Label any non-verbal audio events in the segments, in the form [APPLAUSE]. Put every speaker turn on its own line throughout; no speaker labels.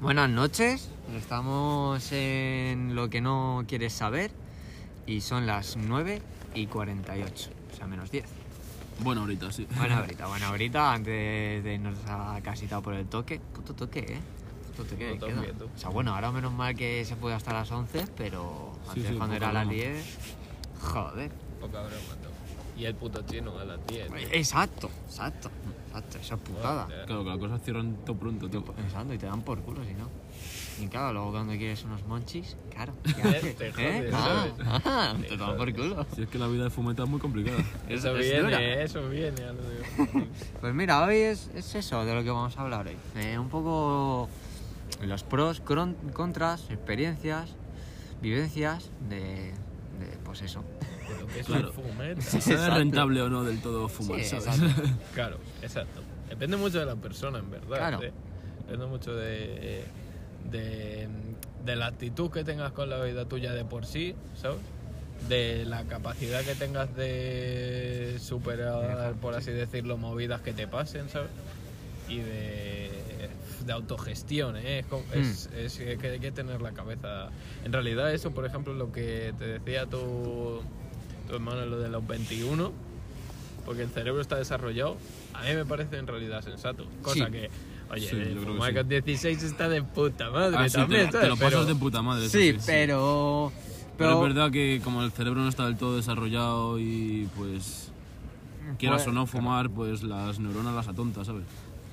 Buenas noches, estamos en lo que no quieres saber y son las 9 y 48, o sea, menos 10.
Bueno, ahorita sí.
Buena horita, buena horita, antes de irnos a casita por el toque. Puto toque, ¿eh? Puto toque, de
Puto
queda.
toque, tú.
O sea, bueno, ahora menos mal que se puede hasta las 11, pero
Sí,
antes
sí,
cuando
poca
era a las
broma.
10, joder.
Poca broma, tú. Y el puto chino a las 10.
Exacto, exacto, exacto, esa es putada.
Joder.
Claro que las cosas cierran todo pronto, tío.
Pensando y te dan por culo si no. Y claro, luego cuando quieres unos monchis, claro. ¿qué
[LAUGHS] Te
haces?
jodes,
¿Eh? Ah,
¿sabes?
ah,
Te
te dan por
jodes.
culo.
Si es que la vida de fumeta es muy complicada.
Eso
Es
viene,
dura.
eso viene. ya lo
[LAUGHS]
digo.
Pues mira, hoy es, es eso de lo que vamos a hablar hoy. Eh, un poco los pros, cron- contras, experiencias, vivencias de, de, pues eso.
Pero que es
Claro.
un fumeta.
Si [LAUGHS] es
Exacto.
rentable o no del todo fumar,
Sí,
¿sabes?
exacto.
[LAUGHS] Claro, exacto. Depende mucho de la persona, en verdad.
Claro.
¿eh? Depende mucho de, de, de la actitud que tengas con la vida tuya de por sí, ¿sabes? De la capacidad que tengas de superar, por así decirlo, movidas que te pasen, ¿sabes? Y de, de autogestión, ¿eh? Es, como- es- es que hay que tener la cabeza. En realidad, eso, por ejemplo, lo que te decía tu, tu hermano, lo de los 21 porque el cerebro está desarrollado, a mí me parece en realidad sensato. Cosa
Sí.
que, oye,
Sí, yo
el
creo que
fumar
sí.
con 16 está de puta madre
[LAUGHS] Ah, sí, te,
también,
lo- te
¿sabes?
lo pasas
Pero-
de puta madre. eso
Sí, pero,
pero... es verdad que como el cerebro no está del todo desarrollado y pues quieras o no fumar, pues las neuronas las atontas, ¿sabes?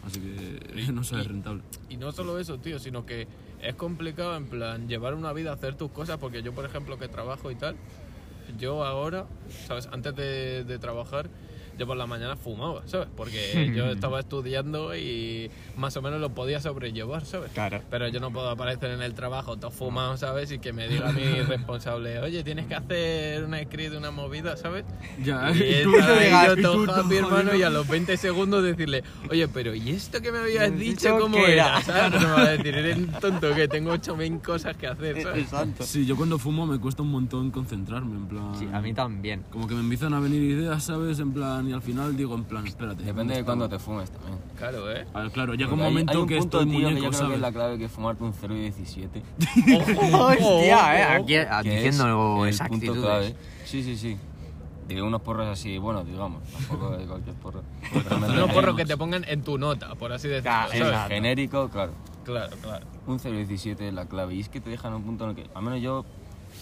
Así que [LAUGHS] no sale rentable.
Y no solo eso, tío, sino que es complicado en plan llevar una vida, hacer tus cosas, porque yo, por ejemplo, que trabajo y tal, yo ahora, ¿sabes? Antes de, de trabajar, yo por la mañana fumaba, ¿sabes? Porque yo estaba estudiando y más o menos lo podía sobrellevar, ¿sabes?
Claro.
Pero yo no puedo aparecer en el trabajo todo fumado, ¿sabes? Y que me diga mi responsable, oye, tienes que hacer una escrita, una movida, ¿sabes?
Ya,
Y
[LAUGHS] y tú
estar
te
ahí
digas,
yo
y tú
todo
todo
happy, hermano, y a
jodido.
los 20 segundos decirle, oye, pero ¿y esto que me habías
Me has
dicho
dicho
cómo
que
era?
era.
¿Sabes? No me va a decir, eres un tonto que tengo 8000 cosas que hacer, ¿sabes?
Exacto.
Sí, yo cuando fumo me cuesta un montón concentrarme, en
[LAUGHS]
plan...
Sí, a mí
[LAUGHS]
también.
Como que me empiezan a venir ideas, ¿sabes? En plan, y al final digo, en plan, espérate.
Depende de
¿dónde
cuándo
estaba?
te fumes también.
Claro, ¿eh?
A ver, claro, llega un
Porque hay-
momento
hay un
que
punto,
estoy
tío, que yo
muñeco,
creo que
¿sabes?
es la clave que es fumarte un 0,17.
Hostia, eh,
ojo,
aquí
que es
diciendo
el punto
exactitudes.
clave. Sí, sí, sí. De unos porros así, bueno, digamos, tampoco de cualquier porro.
No porro que te pongan en tu nota, por así decirlo,
Claro,
¿sabes?
exacto.
Genérico, claro.
Claro, claro.
Un 0,17 es la clave. Y es que te dejan en un punto en el que, al menos yo,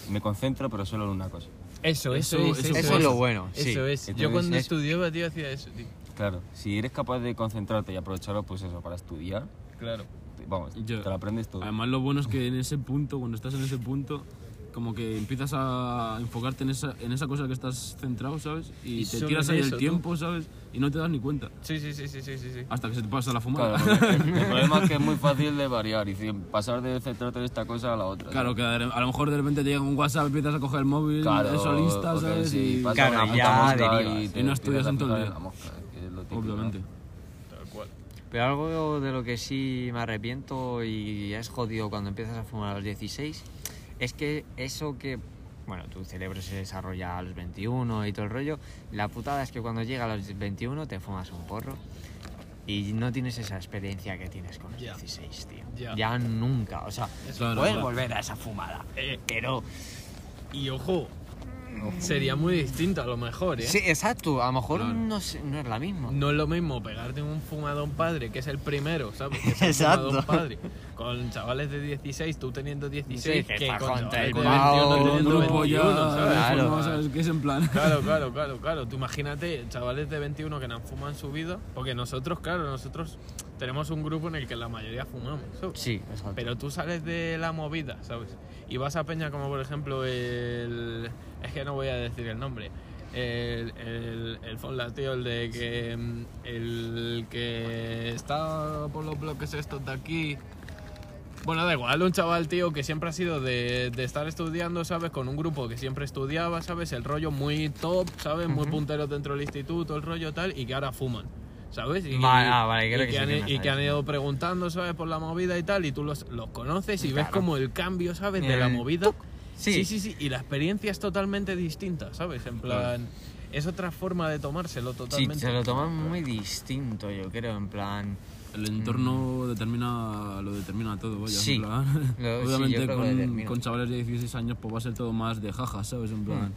me concentro, pero solo en una cosa.
Eso, eso,
Eso-
es,
eso
Eso es lo bueno, sí.
Eso es. Yo
Entonces,
cuando
es-
estudiaba, tío, hacía eso, tío.
Claro, si eres capaz de concentrarte y aprovecharlo, pues eso, para estudiar,
Claro.
te- vamos,
Yo-
te lo aprendes todo.
Además, lo bueno es que en ese punto, cuando estás en ese punto, como que empiezas a enfocarte en esa, en esa cosa que estás centrado, ¿sabes? Y,
Y
te
solo
tiras
en
ahí
eso,
el
tú.
tiempo, ¿sabes? Y no te das ni cuenta.
Sí, sí, sí, sí, sí, sí. sí.
Hasta que se te pasa [LAUGHS] la
Claro,
fumada.
porque el problema es que es muy fácil de variar y si- pasar de centrarte en esta cosa a la otra.
Claro, que a a lo mejor de repente te llega un WhatsApp, empiezas a coger el móvil,
Claro,
eso al Insta,
porque
¿sabes?
si
y...
pasa
Claro,
una
y
puta
ya
mosca
derivas.
te
Y no
empiezas
estudias
a
en todo el
fijar en
día.
la mosca, que es lo típico,
Obviamente.
Tal cual.
Pero algo de lo que sí me arrepiento y es jodido cuando empiezas a fumar a los 16 es que eso que, bueno, tu cerebro se desarrolla a los 21 y todo el rollo, la putada es que cuando llega a los 21 te fumas un porro y no tienes esa experiencia que tienes con los
Ya.
16, tío.
Ya.
Ya nunca, o sea,
Claro,
puedes
claro.
volver a esa fumada,
Eh.
pero...
Y ojo, sería muy distinto a lo mejor, ¿eh?
Sí, exacto, a lo mejor
Claro.
no, es, no es la misma.
No es lo mismo pegarte un fumadón padre, que es el primero, ¿sabes? Que es el
Exacto.
fumadón padre. Con chavales de 16, tú teniendo 16,
Sí, que
que
está
con chavales de
contemplado,
21
Un
teniendo
grupo ya,
21, ¿sabes?
Claro.
formado, ¿sabes? Que es en plan...
Claro, claro, claro, claro. Tú imagínate chavales de 21 que no han fumado en su vida, porque nosotros, claro, nosotros tenemos un grupo en el que la mayoría fumamos, ¿sabes?
Sí, exacto.
Pero tú sales de la movida, ¿sabes? Y vas a Peña como por ejemplo el... Es que no voy a decir el nombre. El, el, el Fonla, tío, el de que... mm, El que está por los bloques estos de aquí... Bueno, da igual, un chaval, tío, que siempre ha sido de, de estar estudiando, ¿sabes? Con un grupo que siempre estudiaba, ¿sabes? El rollo muy top, ¿sabes? Muy puntero dentro del instituto, el rollo tal, y que ahora fuman, ¿sabes? Y,
Vale, ah, vale, creo
y
que
que,
sí
han,
que me
y
sabes,
que han
sí.
ido preguntando, ¿sabes? Por la movida y tal, y tú los, los conoces y ves
Claro.
como el cambio, ¿sabes? De la
El
movida.
Sí.
sí, sí, sí, Y la experiencia es totalmente distinta, ¿sabes? En plan, es otra forma de tomárselo
Sí,
totalmente.
se lo toman muy distinto, yo creo, en plan...
el entorno determina, lo determina todo, vaya. en
Mm. Sí.
[LAUGHS] plan,
Lo- sí, yo
obviamente
creo que lo
con,
determina.
con chavales de 16 años pues va a ser todo más de jaja, ¿sabes? En plan,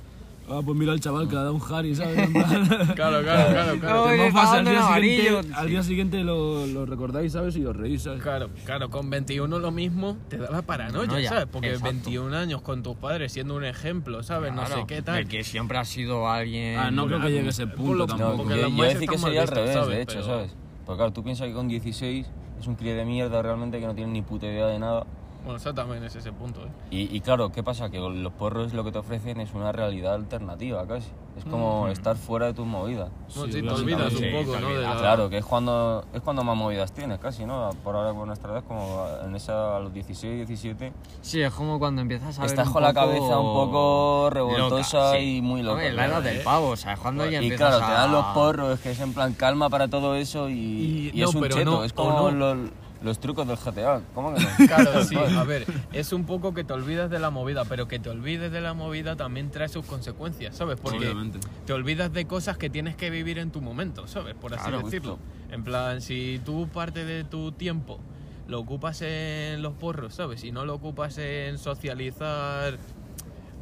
Mm.
ah, pues mira al chaval que le ha dado un
[LAUGHS]
Harry, ¿sabes? En plan,
Claro, claro, claro, claro.
Oye,
Te mofas
¿pa'
al
dónde
día
el
siguiente,
amarillo?
al día siguiente lo, lo recordáis, ¿sabes? Y os reís, ¿sabes?
Claro, claro, con 21 lo mismo te da la paranoia,
No, ya,
¿sabes? Porque
exacto.
21 años con tus padres siendo un ejemplo, ¿sabes? Pues no sé
Claro,
qué tal.
El que siempre ha sido alguien.
Ah, no creo que llegue a ese
Por
punto
lo-
No,
tampoco.
porque
yo,
las
yo
madres
decir que
están mal
sería al
vistas,
revés,
¿sabes?
de hecho,
Pero-
¿sabes? Porque claro, tú piensas que con 16 es un crío de mierda realmente que no tiene ni puta idea de nada.
Bueno, eso también es ese punto, ¿eh?
Y, y claro, ¿qué pasa? Que los porros lo que te ofrecen es una realidad alternativa casi. Es como estar fuera de tus movidas.
No,
Sí,
sí, te
obviamente,
olvidas
sí,
un poco,
te
¿no? De
olvidas.
la-
Ah, Claro, que es cuando, es cuando más movidas tienes casi, ¿no? Por ahora por nuestra edad, como en esa, a los 16, 17.
Sí, es como cuando empiezas a ver.
Estás
un
con la
poco
cabeza un poco revoltosa
loca,
y muy loca,
Hombre, la edad
claro,
del pavo, o sea, cuando ya
Y
empiezas
claro,
a...
te dan los porros, que es en plan calma para todo eso y,
Y-
y
no,
es un
pero
cheto.
no,
es
o
como
no.
los, los trucos del GTA. ¿Cómo que no?
[LAUGHS]
[LAUGHS] Claro, sí, a ver, es un poco que te olvidas de la movida, pero que te olvides de la movida también trae sus consecuencias, ¿sabes? Porque
Obviamente.
te olvidas de cosas que tienes que vivir en tu momento, ¿sabes? Por así
Claro,
decirlo. En plan, si tú parte de tu tiempo lo ocupas en los porros, ¿sabes? Y no lo ocupas en socializar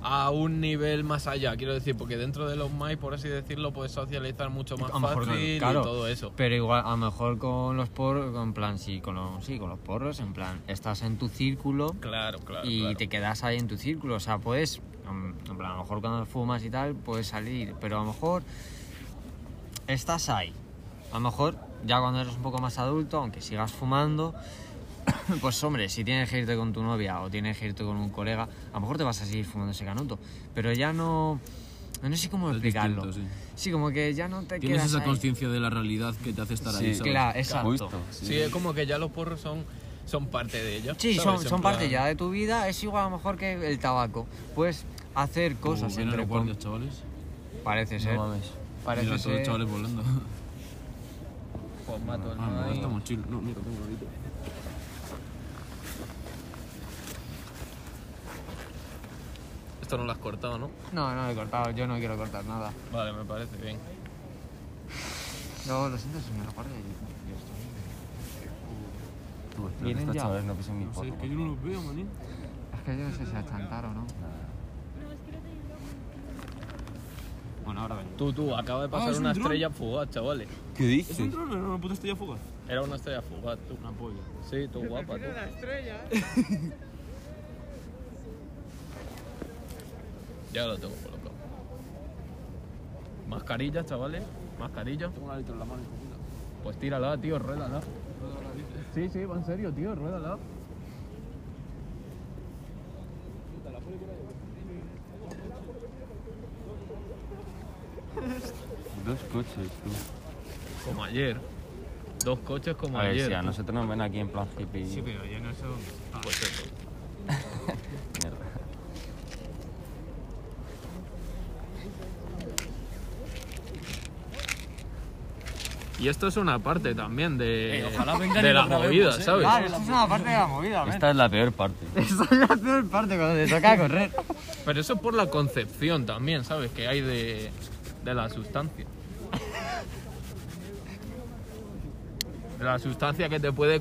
a un nivel más allá, quiero decir, porque dentro de los MAI, por así decirlo, puedes socializar mucho
A
más
lo mejor,
fácil
claro,
y todo eso.
Pero igual, a lo mejor con los porros, en plan, sí con, los, sí, con los porros, en plan, estás en tu círculo
Claro, claro.
y
claro.
te quedas ahí en tu círculo. O sea, puedes, mm, en plan, a lo mejor cuando fumas y tal, puedes salir, pero a lo mejor estás ahí. A lo mejor ya cuando eres un poco más adulto, aunque sigas fumando, [COUGHS] pues hombre, si tienes que irte con tu novia o tienes que irte con un colega, a lo mejor te vas a seguir fumando ese canuto. Pero ya no... No sé cómo
Es
explicarlo.
distinto,
sí. como que ya no te
Tienes
quedas
esa
ahí.
conciencia de la realidad que te hace estar ahí,
Sí,
¿sabes?
Claro, exacto.
Justo.
Sí, es como que ya los porros son, son parte de ellos.
Sí,
¿sabes?
son,
En
son parte
plan-
ya de tu vida. Es igual a lo mejor que el tabaco. Puedes hacer cosas
Como vienen
entre
los
com-
guardias, chavales.
Parece ser.
No mames.
parece
Mira, todos los
ser.
chavales volando.
Pues mato el
Ah,
no
no,
hay-
estamos chill. No, mira, tengo bonito.
Pues
Esto no lo has cortado, ¿no?
No, no he cortado. Yo no quiero cortar nada.
Vale, me parece bien.
No, lo siento, si me lo guardo. yo- yo estoy-
Tú, espero que
Vienen
estos
ya.
chavales no pisen mi
No sé,
foto.
es que yo no los veo, manín.
Es que yo no sé si achantar o no. Bueno, ahora vengo.
Tú, tú, acaba de pasar
Ah, es un
una
dron.
estrella fugaz, chavales.
¿Qué
¿Es un
dices?
drone o una puta estrella fugaz?
Era una estrella fugaz, tú.
Una polla.
Sí, tú guapa, tú. [LAUGHS] ya lo tengo colocado. Mascarillas, chavales. Mascarillas.
Tengo una letra en la mano, hijo de puta.
Pues tírala, tío, ruédala.
No, no, no, dice.
Sí, sí, va en serio, tío, ruédala.
Dos coches, tú.
Como ayer. Dos coches como
A ver,
ayer.
si a
tú.
nosotros nos ven aquí en plan hippie.
pero yo no sé
Pues eso.
Mierda.
Y esto es una parte también
Eh,
de,
vengan
de
y lo
la
grabemos,
movida,
eh.
¿sabes?
Claro, Ah, esto es una parte de la movida, men.
Esta es la peor parte.
Esto es la peor parte cuando te toca correr.
Pero eso es por la concepción también, ¿sabes? Que hay de, de la sustancia. De la sustancia que te puede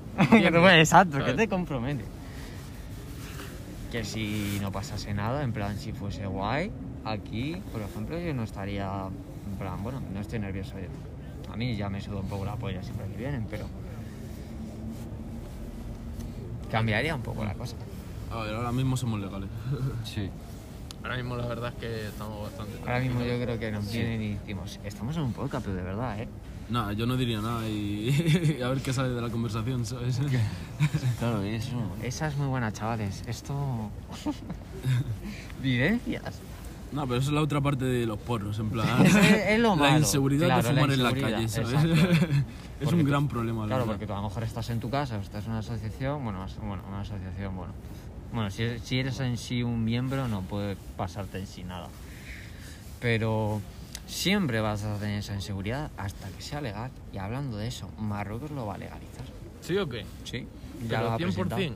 [LAUGHS] [LAUGHS] Que te- bueno, exacto, que
¿Sabes?
te compromete. Que si no pasase nada, en plan, si fuese guay, aquí, por ejemplo, yo no estaría, en plan, bueno, no estoy nervioso. yo- A mí ya me suda un poco la polla siempre que vienen, pero... Cambiaría un poco la cosa.
A ver, ahora mismo somos legales. [LAUGHS]
[LAUGHS]
Sí.
Ahora mismo la verdad es que estamos bastante...
Ahora mismo yo creo que nos vienen y decimos, estamos en un podcast, pero de verdad, ¿eh?
Nada, yo no diría nada y [LAUGHS] a ver qué sale de la conversación, ¿sabes?
[LAUGHS] Claro, y eso.
Esa es muy buena, chavales.
[LAUGHS]
Esto... [LAUGHS] Vivencias.
No, pero eso es la otra parte de los porros, en plan.
Es- es lo
[LAUGHS] La
malo,
inseguridad
claro,
de
la
fumar en la
inseguridad,
calle, ¿sabes?
exacto.
[LAUGHS] es
Porque
un
tú-
gran problema, la
Claro,
verdad.
porque tú a lo mejor estás en tu casa, o estás en una asociación, bueno, as- bueno una asociación, bueno. Bueno, si, si eres en sí un miembro, no puede pasarte en sí nada. Pero siempre vas a tener esa inseguridad hasta que sea legal. Y hablando de eso, Marruecos lo va a legalizar.
¿Sí o qué?
Sí,
Pero 100%.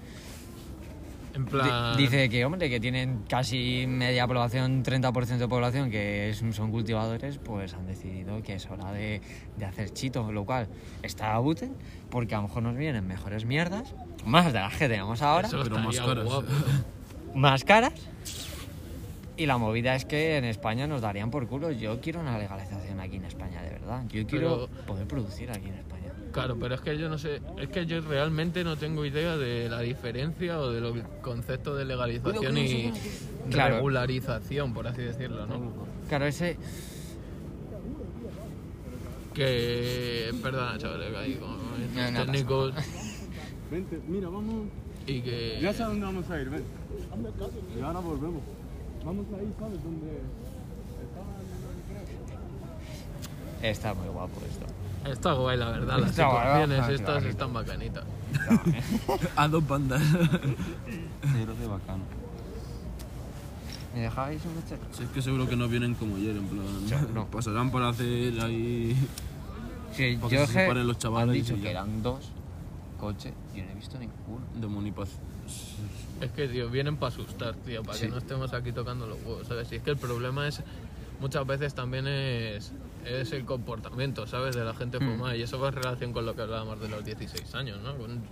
En plan.
Di- Dice que, hombre, que tienen casi media población, 30% de población que es- son cultivadores, pues han decidido que es hora de, de hacer chitos, lo cual está a buten, porque a lo mejor nos vienen mejores mierdas, más de las que tenemos ahora,
Eso
Pero más
estaría
caras.
guapo.
más caras. Y la movida es que en España nos darían por culo. Yo quiero una legalización aquí en España, de verdad. Yo quiero poder producir aquí en España.
Claro, pero es que yo no sé, es que yo realmente no tengo idea de la diferencia o de los conceptos de legalización y
Claro.
regularización, por así decirlo, ¿no?
Claro, ese,
Que, perdona, chavales, que hay como estos
No, no pasa
técnicos
Vente, mira, vamos.
y que...
Ya sé a dónde vamos a ir, ven. Y ahora volvemos. Vamos ahí, ¿sabes? Donde.
está muy guapo esto.
Está guay, la verdad, las
Está guay,
situaciones
bastante
estas
bonito.
están bacanitas.
[LAUGHS] A dos bandas. [LAUGHS]
Cero de bacano.
¿Me dejabais un cachorro?
Si es que seguro que no vienen como ayer, en
Ya,
plan.
no.
Pasarán para hacer ahí. [LAUGHS]
Sí,
Porque
yo
se
sé-
separen los chavales
han
y
dicho
se
que
llaman.
eran dos coches y no he visto ninguno.
de Monipaz.
Es que, tío, vienen para asustar, tío, para que
Sí.
no estemos aquí tocando los huevos, ¿sabes? Y es que el problema es, muchas veces también es, es el comportamiento, ¿sabes? De la gente
Hmm.
fumada. Y eso va en relación con lo que hablábamos de los 16 años, ¿no? Un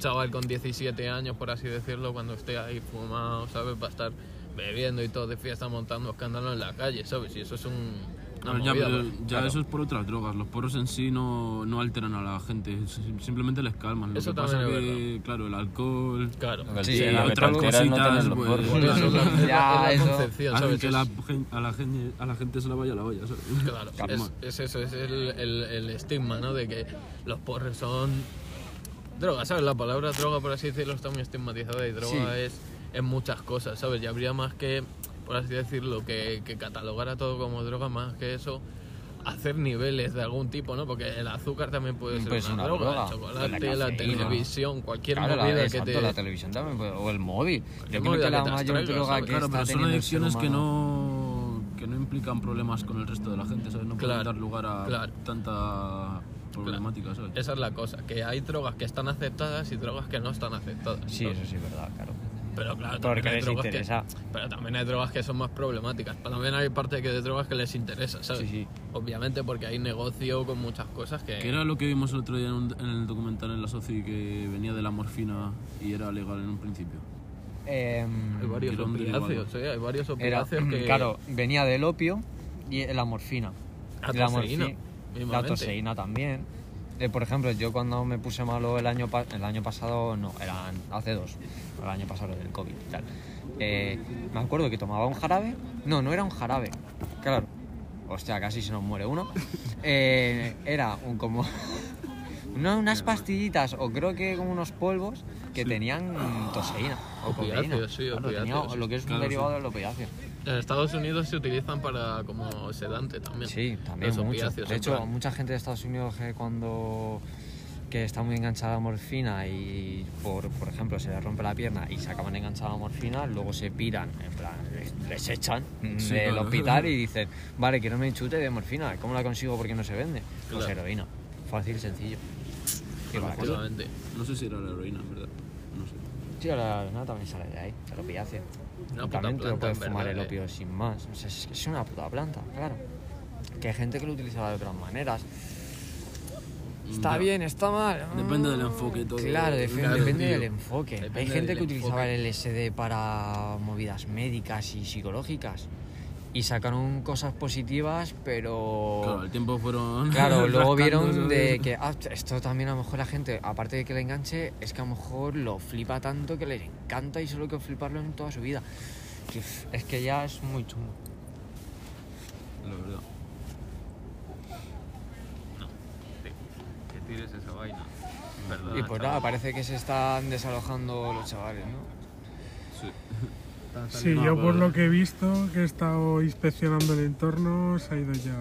chaval con 17 años, por así decirlo, cuando esté ahí fumado, ¿sabes? Va a estar bebiendo y todo de fiesta, montando escándalo en la calle, ¿sabes? Y eso es un... una
Claro, ya,
movida,
pero
pues,
ya
claro.
eso es por otras drogas. Los porros en sí no, no alteran a la gente, sim- simplemente les calman. Lo
Eso
que pasa
también es
que, claro, el alcohol.
Claro.
Lo que
Sí,
altera- lo que
otras
altera es no
cositas,
tener los
pues, [LAUGHS]
porros.
Claro,
[LAUGHS] Ya,
claro, es la
eso.
concepción,
hacen
¿sabes?
que
Es-
la gen- a, la gen- a la gente se la vaya a la olla. ¿sabes? [LAUGHS]
Claro, es, es eso, es el, el- el estigma, ¿no? De que los porres son droga, ¿sabes? La palabra droga, por así decirlo, está muy estigmatizada y droga
Sí.
es, es muchas cosas, ¿sabes? Y habría más que, por así decirlo, que, que catalogar a todo como droga, más que eso, hacer niveles de algún tipo, ¿no? Porque el azúcar también puede ser
Pues
una,
una
droga,
droga,
el
la
chocolate, la,
cafeína.
televisión, cualquier
Claro, la,
movida que
exacto,
te...
la televisión también, pues, o el móvil. Yo creo
móvil
que
que
la
te
mayor
abstraiga,
droga
¿sabes?
que
Claro,
está
pero son
teniendo el ser
adicciones que
humano-
no, que no implican problemas con el resto de la gente, ¿sabes? No
Claro,
pueden dar lugar a
claro.
tanta problemática, ¿sabes?
Esa es la cosa, que hay drogas que están aceptadas y drogas que no están aceptadas.
Sí,
¿no?
eso sí es verdad, claro.
Pero claro,
Porque
también hay
les
drogas
interesa.
Que, pero también hay drogas que son más problemáticas. Pero También hay parte que de drogas que les interesa, ¿sabes?
Sí, sí.
Obviamente porque hay negocio con muchas cosas que...
Que era lo que vimos el otro día en, un- en el documental en la SOCI que venía de la morfina y era legal en un principio.
Em,
Hay varios
el hombre
opiáceos,
igual.
¿eh? Hay varios
era, mm,
opiáceos que...
Claro, venía del opio y la morfina.
La
la
toseína,
morfina. La
mismamente.
toseína también. Eh, por ejemplo, yo cuando me puse malo el año, pa- el año pasado, no, eran hace dos, el año pasado del COVID y tal. eh, me acuerdo que tomaba un jarabe. No, no era un jarabe. Claro. Hostia, casi se nos muere uno. [LAUGHS] Eh, era un como. [LAUGHS] No, unas pastillitas o creo que como unos polvos que tenían toseína o
Opiáceos,
cocaína.
sí,
Claro, tenía
opiáceos,
lo que es un
claro, sí.
derivado del opiáceo.
En Estados Unidos se utilizan para como sedante también.
Sí, también
Los
mucho.
opiáceos,
De
en
hecho,
plan.
mucha gente de Estados Unidos que cuando que está muy enganchada a morfina y por, por ejemplo se les rompe la pierna y se acaban enganchada a morfina, luego se piran, en plan, les, les echan
Sí,
del
claro.
hospital
[LAUGHS]
y dicen, vale, quiero me chute de morfina, ¿cómo la consigo porque no se vende? Pues
Claro.
heroína. Fácil, sencillo. Y barato.
Efectivamente.
No sé si era la heroína, en verdad. No sé.
Sí, la heroína también sale de ahí, del opiáceo.
Una
Y
puta
también te lo
planta,
puedes
en
fumar
verdad,
el
eh.
opio sin más. O sea, es, que es una puta planta, claro. Que hay gente que lo utilizaba de otras maneras. Está
Ya.
bien, está mal.
Depende del
Ah,
enfoque, todo.
Claro, def-
Claro,
depende
tío.
del enfoque.
Depende
hay gente
del
que utilizaba
enfoque.
el LSD para movidas médicas y psicológicas. Y sacaron cosas positivas, pero.
Claro, [LAUGHS] al tiempo fueron. [LAUGHS]
Claro, luego
rascando,
vieron
¿sabes?
de que ah, esto también a lo mejor la gente, aparte de que le enganche, es que a lo mejor lo flipa tanto que le encanta y solo que fliparlo en toda su vida. Que f- Es que ya es muy chungo.
La verdad.
Que tires esa vaina.
Y pues nada, parece que se están desalojando los chavales, ¿no?
Sí,
No,
yo por
pues-
pero-
lo que he visto, que he estado inspeccionando el entorno, se ha ido ya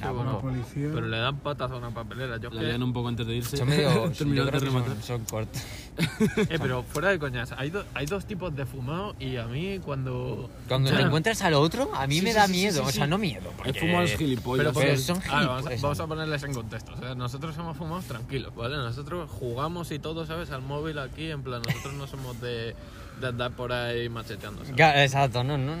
Ah,
la
bueno.
policía.
Pero le dan patas a una papelera. Yo es
La
que-
lian un poco antes de irse.
Son medio. yo
[LAUGHS] Terminaron
creo
de
que son-
rematar.
son cortos.
Eh, pero fuera de coñas, hay, do- hay dos tipos de fumado y a mí [LAUGHS] cuando...
Cuando te encuentras al otro, a mí
Sí,
me
sí,
da
sí, sí,
miedo.
sí,
o sea,
sí.
no miedo.
He
porque-
fumado es gilipollas.
Pero
porque
¿sabes?
son
Ah, vamos, a,
gilipollas.
vamos a ponerles en contexto. o sea, nosotros hemos fumado tranquilos, ¿vale? Nosotros jugamos y todo, ¿sabes? Al móvil aquí, en plan, nosotros no somos de, de andar por ahí macheteando. ¿sabes?
Ga- Exacto, no, no.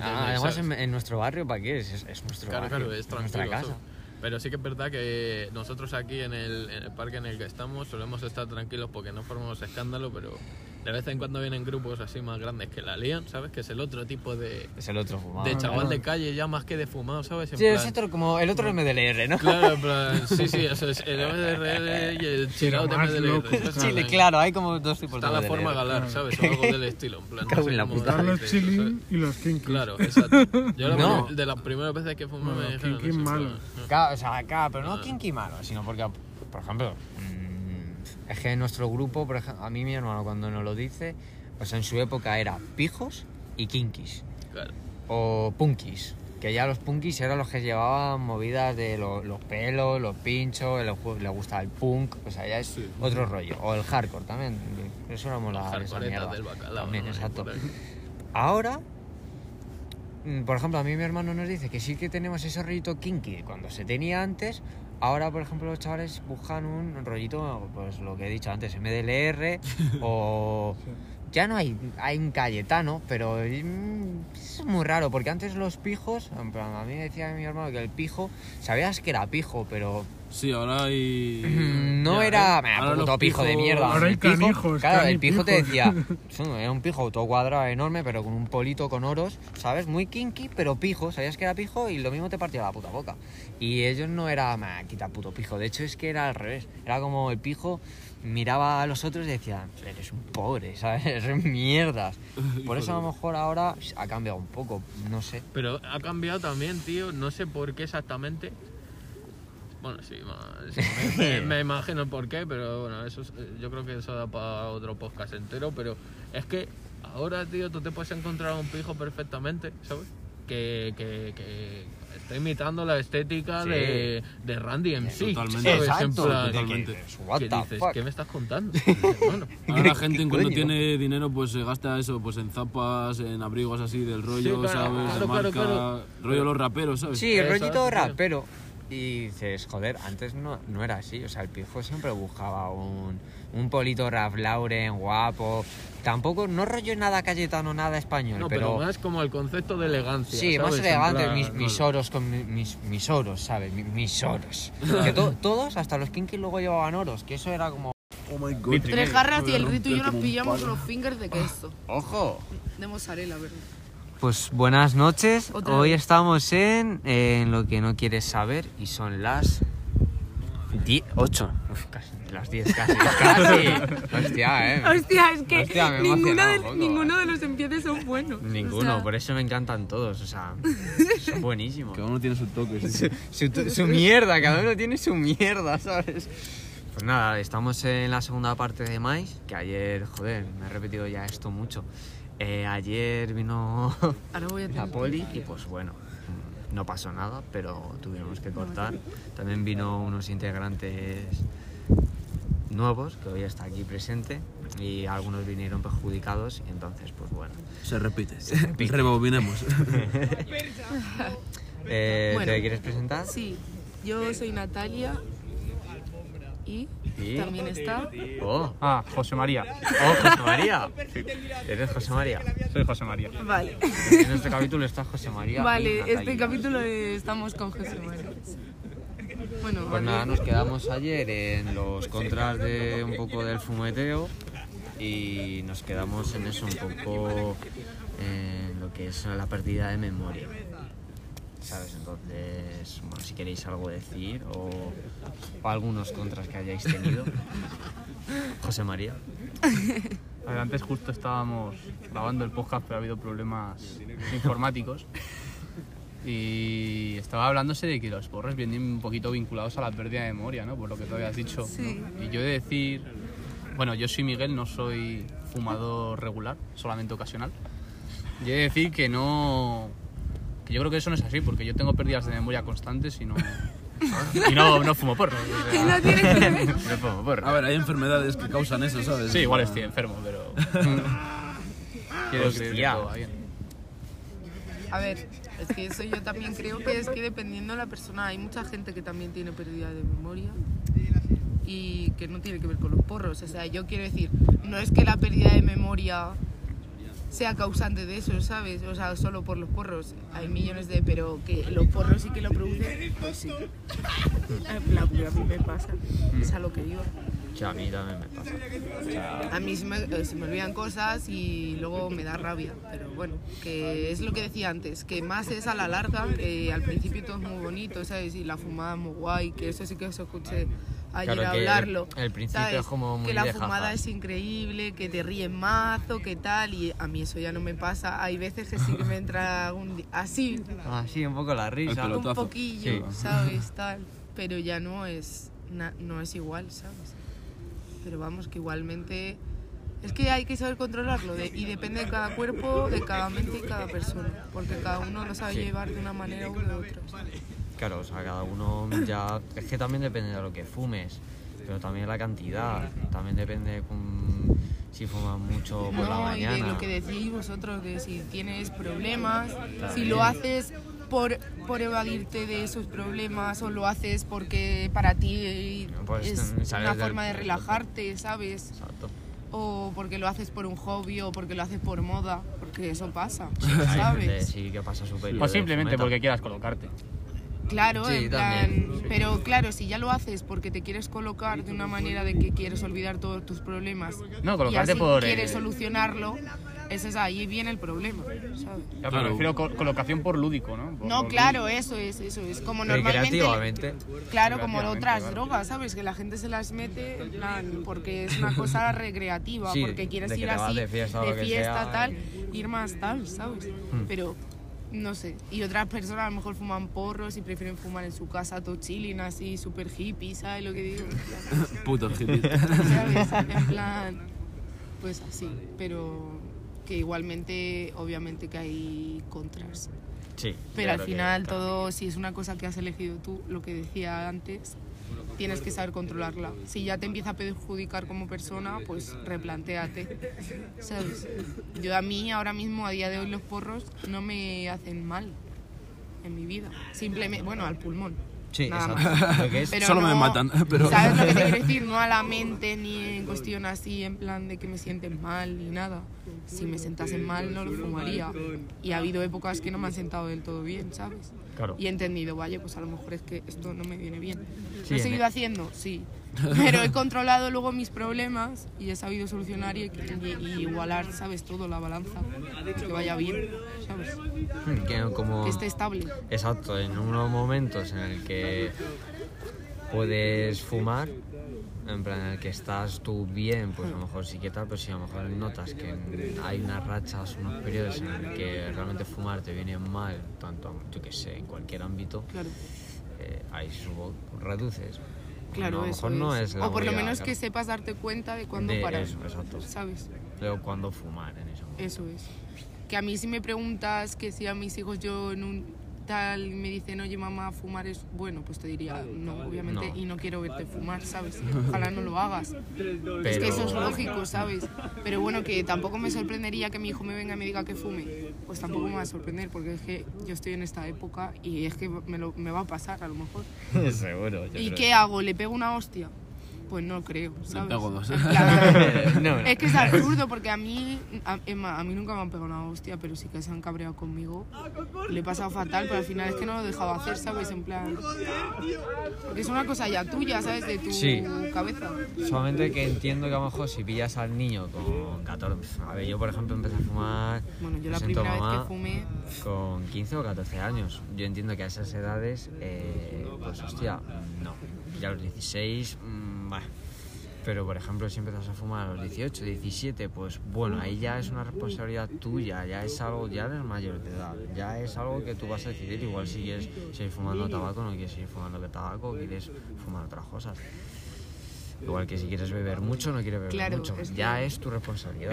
Ah, además,
¿sabes?
en, en nuestro barrio, ¿para qué? Es, es- es nuestro
Claro,
barrio.
claro, es
nuestra
tranquilo.
casa.
¿sabes? Pero sí que es verdad que nosotros aquí en el, en el parque en el que estamos solemos estar tranquilos porque no formamos escándalo, pero de vez en cuando vienen grupos así más grandes que la lían, ¿sabes? Que es el otro tipo de,
Es el otro fumado.
de chaval
claro.
de calle ya más que de fumado, ¿sabes? En
Sí, es
plan-
otro como el otro MDLR, ¿eh? ¿no?
Claro, en plan, sí, sí, eso es el MDRL y el chilao de
más
MDRL.
loco,
¿sabes? En
pues, Chile,
plan,
claro, hay como dos tipos
Está
Pues de ¿eh?
la
MDLR.
forma galar, ¿sabes? O algo del estilo, en plan.
[LAUGHS] Cago
no sé
en la
cómo
puta.
decirte
Están los
eso,
chilling
¿sabes?
y los
[LAUGHS]
kinkies.
Claro, exacto. Yo la
No.
mayor- de las primeras veces que fumé
Bueno,
me dijeron
kinky
eso, en
malo.
plan,
Ca- o sea, acá, pero no kinky malo, sino porque, por ejemplo, mm, es que en nuestro grupo, por ejemplo, a mí mi hermano cuando nos lo dice, pues en su época era pijos y kinkis.
Claro.
o punkis. Que ya los punkis eran los que llevaban movidas de lo- los pelos, los pinchos, el- le gustaba el punk, o sea, ya es otro rollo. O el hardcore también, eso era mola.
Las
esa
hardcoretas
mierda.
del bacalao.
También,
¿no?
exacto.
Por ahí.
Ahora, mm, por ejemplo, a mí mi hermano nos dice que sí que tenemos ese rollito kinky de cuando se tenía antes. Ahora, por ejemplo, los chavales buscan un rollito, pues lo que he dicho antes, MDLR o... Ya no hay, hay un Cayetano, pero mm, es muy raro, porque antes los pijos, en plan, a mí me decía mi hermano que el pijo, sabías que era pijo, pero
Sí, ahora hay.
[LAUGHS] no
Ya,
era
¿eh?
"Meh,
Ahora
puto
los
pijo de
pijos-
mierda.
Ahora hay
El pijo-
canijos,
Claro, el pijo te
canipijos.
decía. "Sí, Era un pijo todo cuadrado enorme, pero con un polito con oros, ¿sabes? Muy kinky, pero pijo. Sabías que era pijo y lo mismo te partía la puta boca. Y ellos no era, "Meh, quita puto pijo. De hecho, es que era al revés. Era como el pijo miraba a los otros y decía, eres un pobre, [LAUGHS] ¿sabes? Eres mierdas. Por eso a lo mejor ahora ha cambiado un poco, no sé.
Pero ha cambiado también, tío, no sé por qué exactamente. Bueno, sí, ma- sí,
[LAUGHS]
me, me- me imagino por qué, pero bueno, eso es- eh, yo creo que eso da para otro podcast entero, pero es que ahora, tío, tú te puedes encontrar a un pijo perfectamente, ¿sabes? Que, que, que está imitando la estética
Sí. Eh,
de, de Randy MC.
Totalmente.
¿sabes? En
Exacto.
plan,
totalmente.
¿Qué dices? What
¿Qué
the
dices?
fuck?
¿Qué me estás contando?
[LAUGHS]
hermano?
[LAUGHS] Ahora la
¿Qué
gente en cuanto
coño?
tiene dinero pues se gasta eso pues en zapas, en abrigos así del rollo,
claro,
¿sabes?
claro,
de
claro,
marca,
claro.
rollo los raperos,
Pues
¿sabes?
Sí, el
Exacto,
rollito
tío.
rapero. Y dices, joder, antes no, no era así. O sea, el pijo siempre buscaba un, un polito Ralph Lauren guapo. Tampoco, no rollo nada cayetano, nada español,
No, pero,
pero,
más como el concepto de elegancia.
sí, más
¿sabes? En
elegante.
plan-
Mis, mis oros con mi- mis, mis oros, ¿sabes? Mi- Mis,
[LAUGHS]
oros. Que to- todos, hasta los kinky, luego llevaban oros, que eso era como.
Oh my god.
Tres garras y el rito y yo nos pillamos unos fingers de queso.
¡Ojo!
De mozzarella, ¿verdad?
Pues buenas noches.
Otra
Hoy
vez.
estamos en, en lo que no quieres saber y son las 8. las 10
[LAUGHS]
casi. casi. Hostia, eh.
[LAUGHS] Hostia, es que
Hostia, me he
ninguno,
emocionado
de,
un poco,
ninguno de los empieces son buenos.
Ninguno,
O sea,
por eso me encantan todos, o
[LAUGHS]
sea, son buenísimos.
Que uno tiene su toque. sí.
Su, tu-
[LAUGHS]
su mierda, cada uno tiene su mierda, ¿sabes? Pues nada, estamos en la segunda parte de Mais, que ayer, joder, me he repetido ya esto mucho. Eh, ayer vino
Ahora voy a
la
tener
poli
que-
y pues bueno, no pasó nada, pero tuvimos que cortar. También vino unos integrantes nuevos, que hoy está aquí presente, y algunos vinieron perjudicados, y entonces pues bueno.
Se repite.
[LAUGHS]
Rebobinemos.
Eh,
Bueno.
¿Te quieres presentar?
Ah, Sí, yo soy Natalia y
Y-
también está...
Oh,
Ah, José María.
oh, José
[LAUGHS]
María. ¿Eres José María?
Soy José María.
Vale,
En este capítulo está José María. y
vale
Natalia.
este capítulo de estamos con José María. Bueno,
Pues nada,
vale.
nos quedamos ayer en los contras de un poco del fumeteo y nos quedamos en eso, un poco en lo que es la pérdida de memoria. ¿Sabes? Entonces, bueno, si queréis algo decir o, o algunos contras que hayáis
[LAUGHS]
tenido. José María.
A ver, antes justo estábamos grabando el podcast, pero ha habido problemas informáticos. Y estaba hablándose de que los porros vienen un poquito vinculados a la pérdida de memoria, ¿no? Por lo que tú habías dicho.
Sí.
Y yo he de decir, bueno, yo soy Miguel, no soy fumador regular, solamente ocasional. Yo he de decir [LAUGHS] que no, que yo creo que eso no es así, porque yo tengo pérdidas de memoria constantes y no, Y no, no fumo porro. Ah, o
Y
sea,
no tiene [LAUGHS] que ver.
no fumo porro.
A ver, hay enfermedades que causan eso, ¿sabes?
Sí, igual estoy enfermo, pero. Quiero creer que
Hostia.
todo va bien.
A ver, es que eso yo también creo que es que dependiendo de la persona, hay mucha gente que también tiene pérdida de memoria y que no tiene que ver con los porros. O sea, yo quiero decir, no es que la pérdida de memoria sea causante de eso, ¿sabes? O sea, solo por los porros. Hay millones de, pero que los porros sí que lo producen, pues sí. La a mí me pasa, es a lo que iba.
Que a mí también me pasa.
A mí se me, eh, se me olvidan cosas y luego me da rabia, pero bueno, que es lo que decía antes, que más es a la larga, que al principio todo es muy bonito, ¿sabes? Y la fumada es muy guay, que eso sí que os escuché ayer
Claro, que el-
hablarlo.
el principio
¿sabes?
es como muy
Que la
de
fumada
jaja.
es increíble, que te ríes mazo, que tal, y a mí eso ya no me pasa. Hay veces que sí que me entra un di- así,
Así, Ah, un poco la risa.
pelo-
un
Pelotazo.
poquillo,
Sí.
¿sabes? Tal, pero ya no es, na- no es igual, ¿sabes? Pero vamos, que igualmente... Es que hay que saber controlarlo de- y depende de cada cuerpo, de cada mente y cada persona, porque cada uno lo sabe
Sí.
llevar de una manera u de otra.
Claro, o sea, cada uno ya. Es que también depende de lo que fumes, pero también la cantidad. También depende con- si fumas mucho por la
No, y de
mañana.
lo que decís vosotros, de si tienes problemas, si lo haces por, por evadirte de esos problemas o lo haces porque para ti
Pues,
es
mm, sales
una
del-
forma de
del-
relajarte, ¿sabes?
Exacto.
o porque lo haces por un hobby o porque lo haces por moda, porque eso pasa,
Hay gente,
¿sabes?
Sí, que pasa superior.
O Pues simplemente porque quieras colocarte.
Claro,
Sí,
en plan,
también, sí.
pero claro, si ya lo haces porque te quieres colocar de una manera de que quieres olvidar todos tus problemas
No,
y
colocarte
así
por. eh,
quieres solucionarlo, ese es ahí viene el problema, ¿sabes?
ya, pero
Claro.
prefiero co- colocación por lúdico, ¿no? Por-
No,
por
claro, eso es, eso es
Eh,
como normalmente
Recreativamente.
Claro, como
Recreativamente,
otras
claro.
drogas, ¿sabes? Que la gente se las mete en plan, porque es
[LAUGHS]
una cosa recreativa,
Sí,
porque quieres
de que
ir
te vas
así,
de fiesta o lo que
fiesta,
sea. Hmm.
tal, ir más tal, ¿sabes? Pero, no sé. Y otras personas a lo mejor fuman porros y prefieren fumar en su casa, todo chilling, así, super hippie, ¿sabes lo que digo?
Puto
[LAUGHS]
hippie.
¿Sabes? En plan, pues así. Pero que igualmente, obviamente que hay contras.
Sí.
Pero
claro
al
que-
final todo, si es una cosa que has elegido tú, lo que decía antes, tienes que saber controlarla. Si ya te empieza a perjudicar como persona, pues replantéate. ¿Sabes? Yo a mí ahora mismo, a día de hoy, los porros no me hacen mal en mi vida. Simplemente, bueno, al pulmón.
Sí,
nada más.
exacto. Lo que es-
Pero
Solo me
no-
matan, [LAUGHS] pero-
¿Sabes lo que te quiero decir? No a la mente ni en cuestión así, en plan de que me sienten mal ni nada. Si me sentasen mal, no lo fumaría. Y ha habido épocas que no me han sentado del todo bien, ¿sabes?
Claro.
Y he entendido, vaya, pues a lo mejor es que esto no me viene bien.
Sí,
¿Lo he
en
seguido
e-
haciendo?
[LAUGHS]
Sí. Pero he controlado luego mis problemas y he sabido solucionar y, y- y igualar, ¿sabes? Todo, la balanza. Que vaya bien, ¿sabes?
que como...
Que esté estable.
Exacto, en unos momentos en el que puedes fumar, en plan en el que estás tú bien, pues a lo mejor sí que tal, pero si a lo mejor notas que en- hay unas rachas, unos periodos en el que realmente fumar te viene mal, tanto, yo que sé, en cualquier ámbito,
Claro.
eh, ahí subo, reduces.
Claro,
No, a lo
eso
mejor no es la
O por lo
única,
menos que
claro.
sepas darte cuenta de cuándo
De
parar.
eso, exacto.
¿Sabes?
Pero cuando fumar en ese momento.
Eso es. Que a mí si me preguntas que si a mis hijos yo en un tal me dicen, oye mamá, fumar es bueno, pues te diría, no, obviamente,
No.
y no quiero verte fumar, ¿sabes? Ojalá no lo hagas. Es que eso es lógico, ¿sabes? Pero bueno, que tampoco me sorprendería que mi hijo me venga y me diga que fume. Pues tampoco me va a sorprender, porque es que yo estoy en esta época y es que me, lo- me va a pasar a lo mejor.
[LAUGHS] Seguro, yo
¿Y
creo.
qué hago? ¿Le pego una hostia? Pues no creo, ¿sabes?
pego dos.
En plan,
[LAUGHS] No, no.
Es que es absurdo porque a mí, a, es más, a mí nunca me han pegado una hostia, pero sí que se han cabreado conmigo. Le he pasado fatal, pero al final es que no lo he dejado hacer, ¿sabes? En plan... Porque es una cosa ya tuya, ¿sabes? De tu
Sí.
cabeza.
Solamente que entiendo que a lo mejor si pillas al niño con 14... A ver, yo por ejemplo empecé a fumar...
Bueno, yo
lo
la
siento,
primera vez
mamá,
que fumé...
Con 15 o 14 años. Yo entiendo que a esas edades, eh, pues hostia, no. Ya a los 16, mm, bah. Pero por ejemplo, si empiezas a fumar a los 18, 17, pues bueno, ahí ya es una responsabilidad tuya, ya es algo, ya eres mayor de edad, ya es algo que tú vas a decidir, igual si quieres seguir fumando tabaco, no quieres seguir fumando tabaco, quieres fumar otras cosas. Igual que si quieres beber mucho, no quieres beber
Claro,
mucho.
es que-
ya es tu responsabilidad.